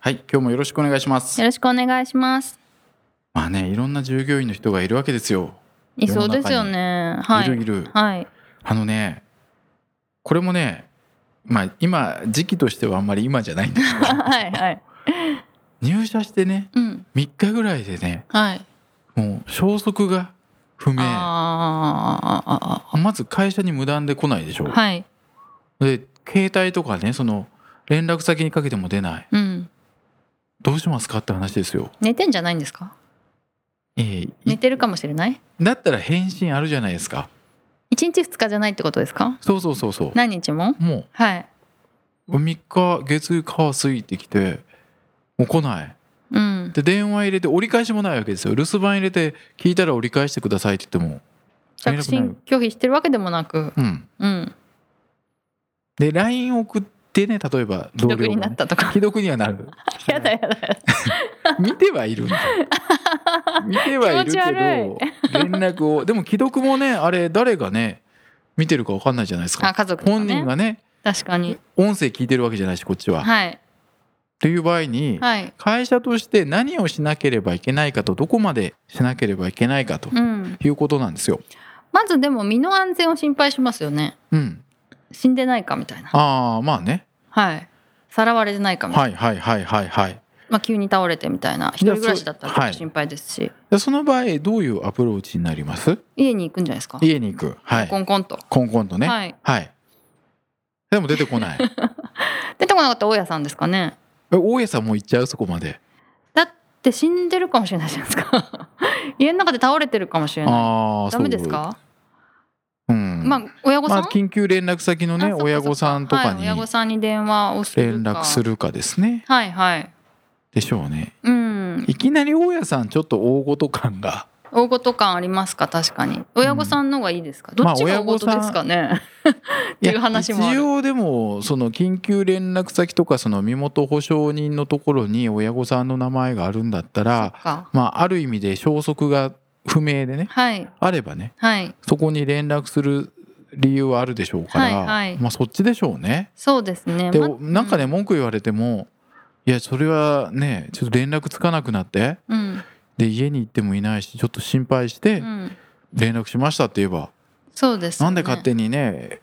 はい今日もよろしくお願いしますよろしくお願いしますまあねいろんな従業員の人がいるわけですよいそうですよねはいいるいるはいあのねこれもねまあ今時期としてはあんまり今じゃない んですけどはいはい入社してねうん3日ぐらいでねはいもう消息が不明あーあーあーあまず会社に無断で来ないでしょ、ーはいで携帯とかねその連絡先にかけても出ないうんどうしますかって話ですよ、寝てんじゃないんですかえー寝てるかもしれないだったら返信あるじゃないですか一日二日じゃないってことですかそうそうそうそう何日ももうはい3日月火水ってきてもう来ないうんで電話入れて折り返しもないわけですよ留守番入れて聞いたら折り返してくださいって言っても着信拒否してるわけでもなくうんうんで LINE 送ってね例えば同既読僚がねになったと か既読にはなるやだやだやだ見てはいるんだ よ見てはい気るけど持ち悪い連絡をでも既読もねあれ誰がね見てるか分かんないじゃないですあか家族とか本ね人がね確かに音声聞いてるわけじゃないしこっちは。はいという場合に、はい会社として何をしなければいけないかとどこまでしなければいけないかとうんいうことなんですよ。まずでも身の安全を心配しますよねうん、死んでないかみたいなああまあねはいさらわれてないかみたいな、はいはいはいはいはいまあ、急に倒れてみたいな一人暮らしだったらちょっと心配ですし、でその場合どういうアプローチになります家に行くんじゃないですか家に行くはいコンコンと、コンコンとねはいはい、でも出て こない出てこなかったら大家さんですかねえ大家さんも行っちゃうそこまでだって死んでるかもしれないじゃないですか 家の中で倒れてるかもしれないああダメですかうんまあ親御まさん、あ緊急連絡先のあねそっか親御さんとかはい、に親御さんに電話をする連か絡するかですねはいはいでしょうねうんいきなり大家さんちょっと大ごと感が大ごと感ありますか確かに親御さんの方がいいですか、どっちまあが大ごとです かね、っていう話もあるや一応でもその緊急連絡先とかその身元保証人のところに親御さんの名前があるんだったらそっかまあある意味で消息が不明でねはいあればねはいそこに連絡する理由はあるでしょうから、はいはいまあそっちでしょうね。そうですねでまなんかね文句言われてもいやそれはねちょっと連絡つかなくなってうんで家に行ってもいないしちょっと心配しうてん連絡しましたって言えばそうです、ね、なんで勝手にね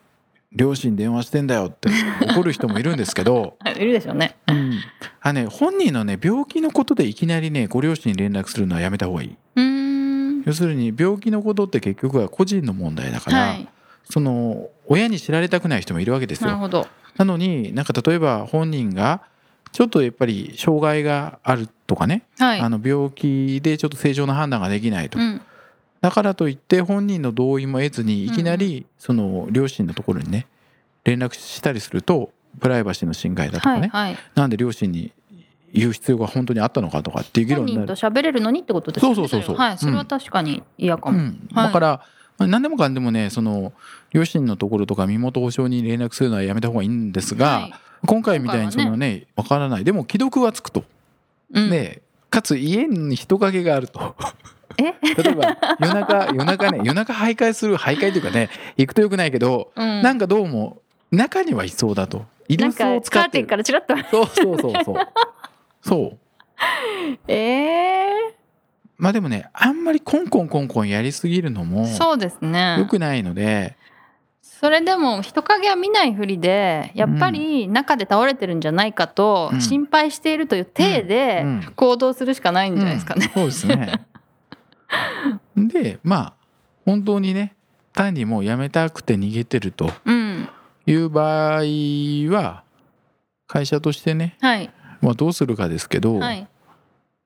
両親電話してんだよって怒る人もいるんですけど、はいいるで しょうねうんあね、本人のね病気のことでいきなりねご両親に連絡するのはやめた方がいいうーん要するに病気のことって結局は個人の問題だから、はいその親に知られたくない人もいるわけですなるよほどなのになんか例えば本人がちょっとやっぱり障害があるとかね、はいあの病気でちょっと正常な判断ができないと、うんだからといって本人の同意も得ずにいきなりその両親のところにね連絡したりするとプライバシーの侵害だとかはいねはいなんで両親に言う必要が本当にあったのかとかっていう議本論に人なとる。喋れるのにってことですよねそうそうそうそうれははいそれうはん確かに嫌かうも、ん、はいだからまあ何でもかんでもねその両親のところとか身元保証人に連絡するのはやめた方がいいんですが、はい今回みたいに今そ回はねのねわからないでも既読はつくと、うんでかつ家に人影があるとえ 例えば夜中夜中ね夜中徘徊する徘徊というかね行くとよくないけどうんなんかどうも中にはいそうだと。イなルんスかをカ使ーってテンるからチラッとそうそうそうそう。 そう。えまあでもね、あんまりコンコンコンコンやりすぎるのもー、そうですね良くないので、それでも人影は見ないふりでやっぱり中で倒れてるんじゃないかとうん心配しているという体でうん行動するしかないんじゃないですかね。うんそうで すね。で、まあ本当にね、単にもうやめたくて逃げてるとうん、いう場合は、会社としてね、はい、まあどうするかですけど、はい、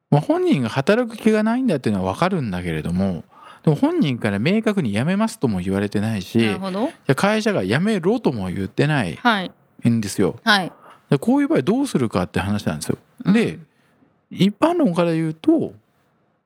まあ本人が働く気がないんだっていうのはわかるんだけれども、でも本人から明確に辞めますとも言われてないし、なるほど、で会社が辞めろとも言ってないはい、んですよ。はい、でこういう場合どうするかって話なんですよ。うんで一般論から言うと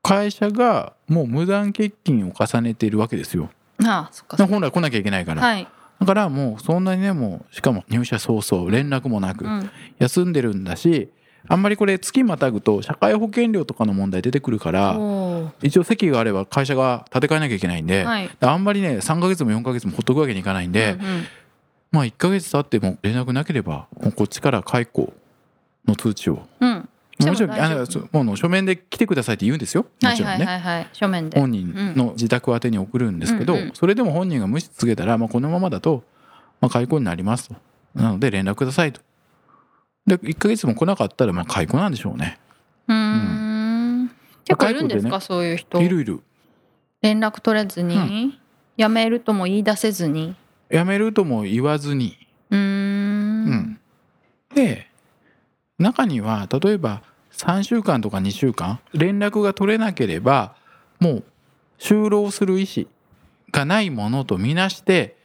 会社がもう無断欠勤を重ねているわけですよああそっかそっ本来来なきゃいけないか、からはい、だからもうそんなにねもうしかも入社早々連絡もなくうん、休んでるんだしあんまりこれ月またぐと社会保険料とかの問題出てくるからお一応席があれば会社が建て替えなきゃいけないんーで、はいあんまりね3ヶ月も4ヶ月もほっとくわけにいかないんで、うんうんまあ1ヶ月経っても連絡なければもうこっちから解雇の通知をうん、してももちろん大丈夫あのそうもう書面で来てくださいって言うんですよもはいちろんね、はいはいはい書面で本人の自宅宛てに送るんですけど、うんうんそれでも本人が無視告げたら、まあ、このままだと、まあ、解雇になりますとなので連絡くださいとで1ヶ月も来なかったらまあ解雇なんでしょうねうーん結構いるんです若い子でか、そういう人いるいる連絡取れずに、う辞めるとも言い出せずに辞めるとも言わずにうーうんんで中には例えば3週間とか2週間連絡が取れなければもう就労する意思がないものとみなして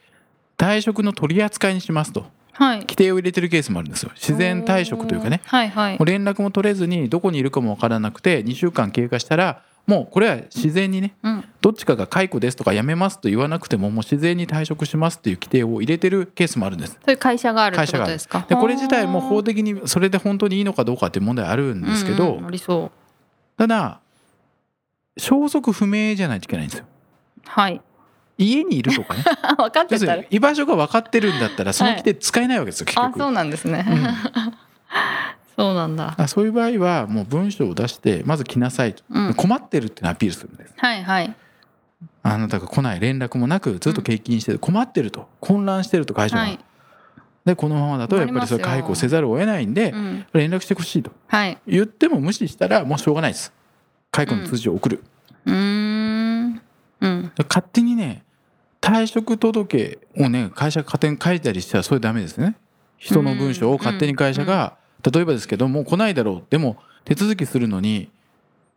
退職の取り扱いにしますとはい規定を入れてるケースもあるんですよ自然退職というかねおーはいはいもう連絡も取れずにどこにいるかもわからなくて2週間経過したらもうこれは自然にねうんどっちかが解雇ですとか辞めますと言わなくてももう自然に退職しますっていう規定を入れてるケースもあるんです。そういう会社があるってこ会社とがあるですかでこれ自体も法で的にそれで本当にいいのかどうかっていう問題あるんですけど、ありそただ消息不明じゃないといけないんですよ。うはい家にいる とかね分かっ要てすたるらに居場所が分かってるんだったらその規定使えないわけですよ結あ局。そうなんですね、うん そうなんだあそういう場合はもう文章を出してまず来なさいと、うん困ってるっていうのをアピールするんですはいはいあなたが来ない連絡もなくずっと欠勤してる困ってると混乱してると会社が、はい、でこのままだとやっぱり困それりますよ解雇せざるを得ないんでうん、連絡してほしいとはい言っても無視したらもうしょうがないです解雇の通知を送る、うーんうんで勝手にね退職届をね会社が勝手に書いたりしたらそれダメですね人の文章を勝手に会社が、例えばですけどもう来ないだろうでも手続きするのに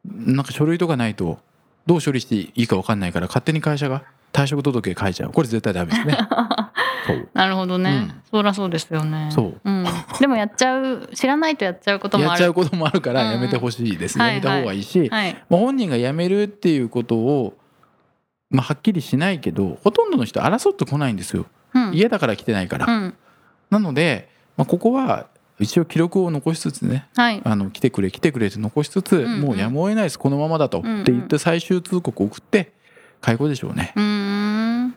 なんか書類とかないとどう処理していいか分かんないから勝手に会社が退職届書いちゃうこれ絶対ダメ ですねそうなるほどね、うんそりゃそうですよねそう、ん、でもやっちゃう知らないとやっちゃうこともやあっるちゃうこともあるからうんやめてほしいですはね、いやめた方がいいし、はいまあ本人が辞めるっていうことを、まあ、はっきりしないけどほとんどの人争ってこないんですようん家だから来てないから、うんなので、まあ、ここは一応記録を残しつつねはいあの来てくれ来てくれって残しつつ、んうんもうやむを得ないですこのままだと、んうんって言って最終通告を送って解雇でしょうねうーん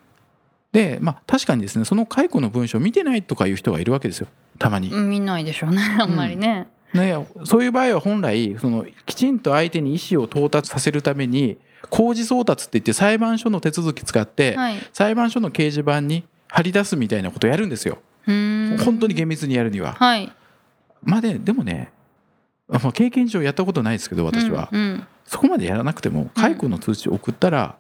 でまあ確かにですねその解雇の文章を見てないとかいう人がいるわけですよたまに、見ないでしょうねあんまりね、ね、そういう場合は本来そのきちんと相手に意思を到達させるために公示送達って言って裁判所の手続き使って、はいう裁判所の掲示板に貼り出すみたいなことやるんですよ、ーん本当に厳密にやるには。はいまあででもね、あまあ、経験上やったことないですけど私は、うんうんそこまでやらなくても解雇の通知を送ったら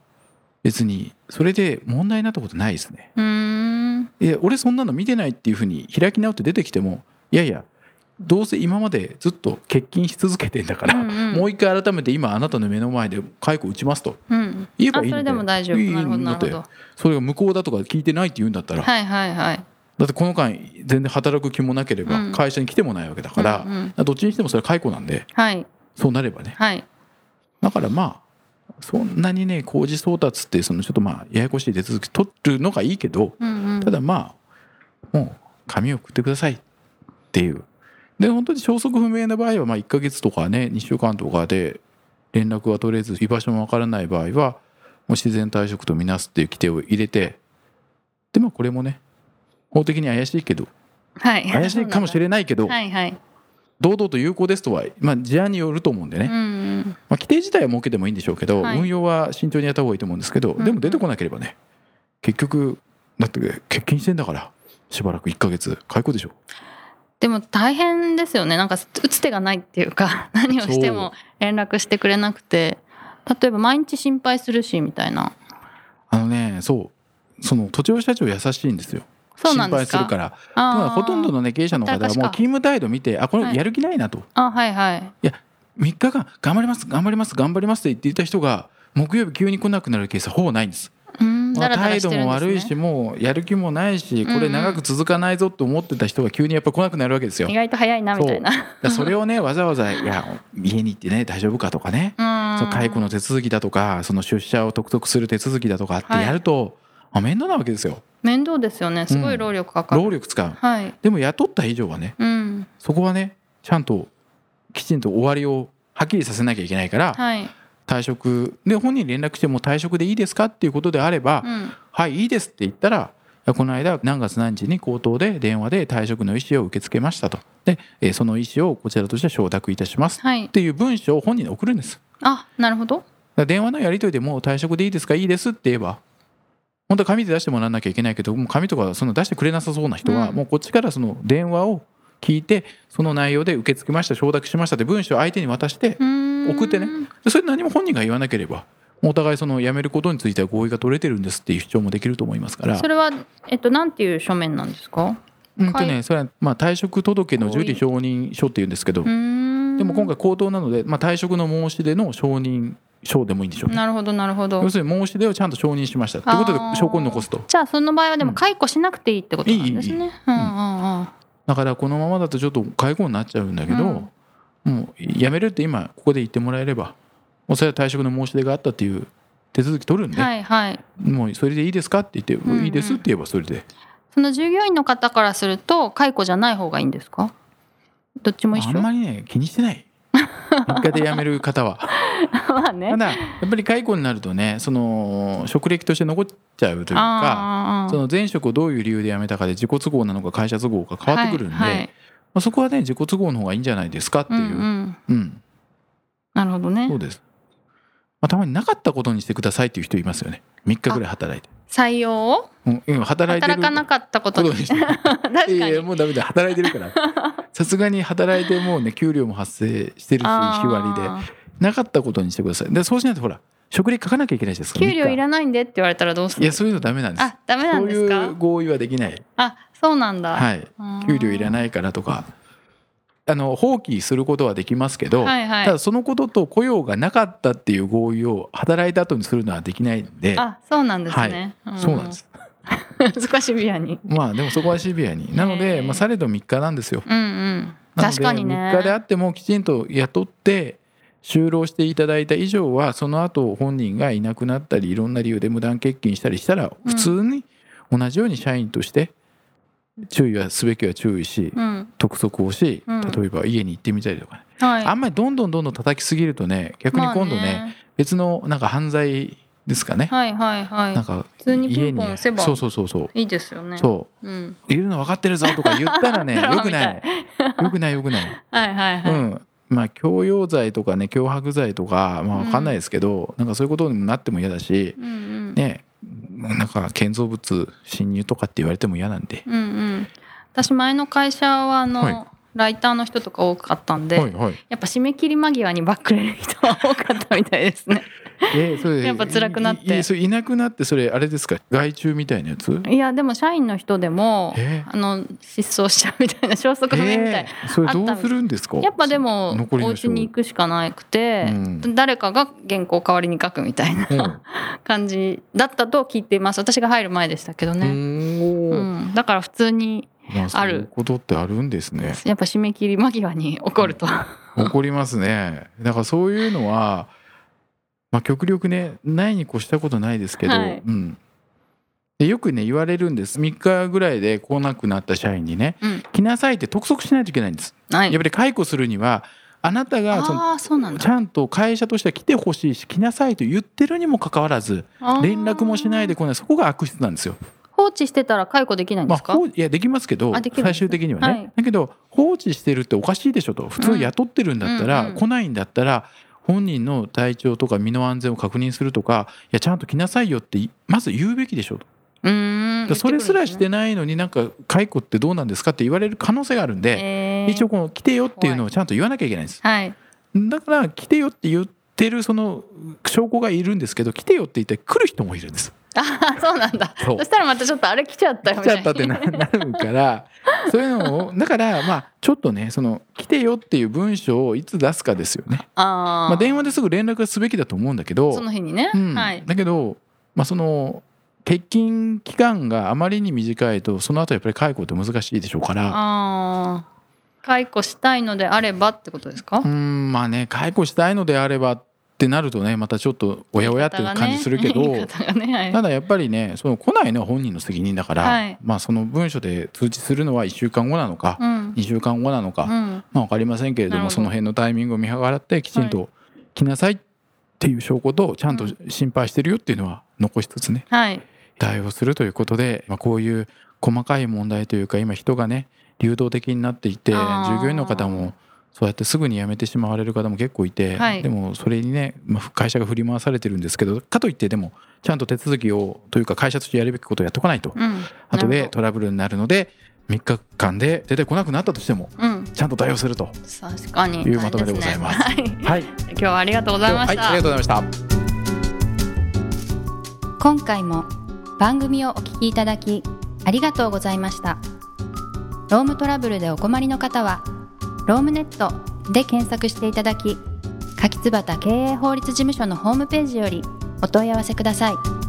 別にそれで問題になったことないですね。うーんいや俺そんなの見てないっていうふうに開き直って出てきてもいやいやどうせ今までずっと欠勤し続けてんだから、うんうんもう一回改めて今あなたの目の前で解雇打ちますとうん言えばいいんあそれだよでも大丈夫いいなるほどなるほだどってそれが無効だとか聞いてないって言うんだったら、はいはいはいだってこの間全然働く気もなけれうんば会社に来てもないわけだから,、うんうんどっちにしてもそれは解雇なんではいそうなればねはいだからまあそんなにね工事送達ってそのちょっとまあややこしい手続き取るのがいいけど、うんうんただまあもう紙を送ってくださいっていうで本当に消息不明な場合はまあ1ヶ月とかね2週間とかで連絡が取れず居場所もわからない場合はもう自然退職とみなすっていう規定を入れてでまあこれもね法的に怪しいけどはい怪しいかもしれないけどはいはい堂々と有効ですとはまあ事案によると思うんでうんね、うんまあ、規定自体は設けてもいいんでしょうけど、はい運用は慎重にやった方がいいと思うんですけど、んでも出てこなければね結局だって欠勤してんだからしばらく1ヶ月解雇でしょでも大変ですよねなんか打つ手がないっていうか 何をしても連絡してくれなくて例えば毎日心配するしみたいなあのねそうその土地社長優しいんですよそうなんですか心配するからあーだからほとんどのね経営者の方はもう確か勤務態度見てあこはれいやる気ないなと、あはいはい3日間頑張ります頑張ります頑張りますって言っていた人が木曜日急に来なくなるケースはほぼないんですうーんだらだら態して度るんですねも悪いしもうやる気もないしこれ長く続かないぞと思ってた人が急にやっぱ来なくなるわけですよ。意外と早いなみたいそうな。だからそれをねわざわざいや家に行ってね大丈夫かとかね、うん。その解雇の手続きだとかその出社を督促する手続きだとかってはいやると、あ面倒なわけですよ面倒ですよね。すごい労力かかる。労力使うはい。でも雇った以上はねうん。そこはねちゃんときちんと終わりをはっきりさせなきゃいけないから、はい。退職で本人に連絡してもう退職でいいですかっていうことであれば、うん。はいいいですって言ったらいやこの間何月何日に口頭で電話で退職の意思を受け付けましたとで、えーその意思をこちらとして承諾いたしますはいっ。ていう文書を本人に送るんですだかあ、なるほど。ら電話のやり取りでもう退職でいいですかいいですって言えば本当は紙で出してもらわなきゃいけないけどもう紙とかそんな出してくれなさそうな人は、うんもうこっちからその電話を聞いてその内容で受け付けました承諾しましたって文書を相手に渡してうーん。送ってねでそれ何も本人が言わなければお互いその辞めることについては合意が取れてるんですっていう主張もできると思いますからそれは、えっと、なんていう書面なんですか。うんとはねそれはまあ退職届の受理承認書っていうんですけどうーん。でも今回口頭なのでまあ退職の申し出の承認書でもいいんでしょうねなるほど、なるほど要。するに申し出をちゃんと承認しましたということであー証拠に残すとじゃあ、その場合は、でうもん解雇しなくていいってことなんですいいね。うん、うん、うん。だからこのままだとちょっと解雇になっちゃうんだけど、もう辞めるって今ここで言ってもらえればもうそれは退職の申し出があったっていう手続き取るんで、はい、はい。もうそれでいいですかって言って、んうんいいですって言えばそれでその従業員の方からすると解雇じゃない方がいいんですかどっちも一あ緒んまりね気にしてない一回で辞める方 はまあねただやっぱり解雇になるとねその職歴として残っちゃうというかあーその前職をどういう理由で辞めたかで自己都合なのか会社都合か変わってくるんで、はいはいまあ、そこはね自己都合の方がいいんじゃないですかっていう、うんうんうんなるほどねそうです、まあ、たまになかったことにしてくださいっていう人いますよね3日ぐらい働いて、採用をうんうん、働いてる働かなかったここととにに して確かいやいやにもうダメだ働いてるから さすがに働いてもうね給料も発生してるし日割りであーなかったことにしてくださいでそうしないとほら職歴書かなきゃいけないじゃないですか給料いならないんでって言われたらどうすいるやそういうのダメなんですあダメなんですかそういう合意はできないあそうなんだ、はい給料いらいないからとかあの放棄することはできますけど、はいはいただそのことと雇用がなかったっていう合意を働いた後にするのはできないんであそうなんですね、そうなんですす 少しビアにまあでもそこはシビアになので、へーまあ、されど3日なんですようんうんなので確かにね3日であってもきちんと雇って就労していただいた以上はその後本人がいなくなったりいろんな理由で無断欠勤したりしたらうん普通に同じように社員として注意はすべきは注意しうん督促をしうん例えば家に行ってみたりとかねはいあんまりどんどんどんどん叩きすぎるとね逆に今度まあね別のなんか犯罪ですかねはいはいはいなんか普通にピンポン押せばそうそうそうそういいですよね、そうん、ういるの分かってるぞとか言ったらね ドラよマくみなたいいよくないよくないはいはいうはい、ん、まあ強要罪とかね脅迫罪とかまあ分かんないですけど、なんかそういうことになっても嫌だし、うんうんねなんか建造物侵入とかって言われても嫌なんで。うんうん、私前の会社はあの、はいライターの人とか多かったんで、はいはい、やっぱ締め切り間際にバックれる人は多かったみたいです ねえそ れやっぱ辛くなっていいそれいなくなってそれあれですか害虫みたいなやついやでも社員の人でもえあの失踪しちゃうみたいな消息不明みたいえーそれどあったでうんすするんですかやっぱでも残りおの家に行くしかなくて、う誰かが原稿代わりに書くみたいな うん感じだったと聞いています私が入る前でしたけどね、うおーんだから普通にまあ、そうあいるうことってあるんですねやっぱ締め切り間際に起こると、起こりますねだからそういうのは、まあ、極力ねないに越したことないですけど、はいうん、でよくね言われるんです3日ぐらいで来なくなった社員にねうん「来なさい」って督促しないといけないんです。はやっいぱり解雇するにはあなたがそのああそうなんちだゃんと会社としては来てほしいし来なさいと言ってるにもかかわらずあー連絡もしないで来ないそこが悪質なんですよ。放置してたら解雇できないんでまあ、すか、ほういやできますけどあできるんで最す終的にはね、はいだけど放置してるっておかしいでしょと普通うん雇ってるんだったら、うんうん来ないんだったら本人の体調とか身の安全を確認するとかいやちゃんと来なさいよっていまず言うべきでしょとうーんだからそれすらして言ってないのになんか解雇ってどうなんですかって言われる可能性があるんくるんですで、ねえー一応この来てよっていうのをちゃんと言わなきゃいけないんですはいだから来てよって言ってるその証拠がいるんですけど来てよって言って来る人もいるんですあそうなんだそうそしたらまたちょっとあれ来ちゃったよ来みちたゃっいたなってななるからそういうのをだからまあちょっとねその来てよっていう文章をいつ出すかですよね。あー、まあ、電話ですぐ連絡すべきだと思うんだけどその日にね、うんはいだけど、まあ、その欠勤期間があまりに短いとその後やっぱり解雇って難しいでしょうからあー解雇したいのであればってことですかうーんまあね解雇したいのであればってなるとねまたちょっとおやおやっていう感じするけど、言い方がね言い方がねはたいだやっぱりねその来ないのは本人の責任だから、はいまあその文書で通知するのは1週間後なのか、うん2週間後なのか、うんまあ分かりませんけれどなるほもどその辺のタイミングを見計らってきちんと来なさいっていう証拠とちゃんと心配してるよっていうのは残しつつねはい対応するということで、まあ、こういう細かい問題というか今人がね流動的になっていてあー従業員の方もそうやってすぐに辞めてしまわれる方も結構いて、はいでもそれにね、まあ、会社が振り回されてるんですけどかといってでもちゃんと手続きをというか会社としてやるべきことをやっとかないと、うん後なでるトラブルになるので3日間で出てこなくなったとしてもほどうんちゃんと対応すると。確かにいうまとめでございます大変でねはいはい、今日はありがとうございまはしい、た、ありがとうございました。今回も番組をお聞きいただきありがとうございましたロームトラブルでお困りの方は「ロームネット」で検索していただき柿椿経営法律事務所のホームページよりお問い合わせください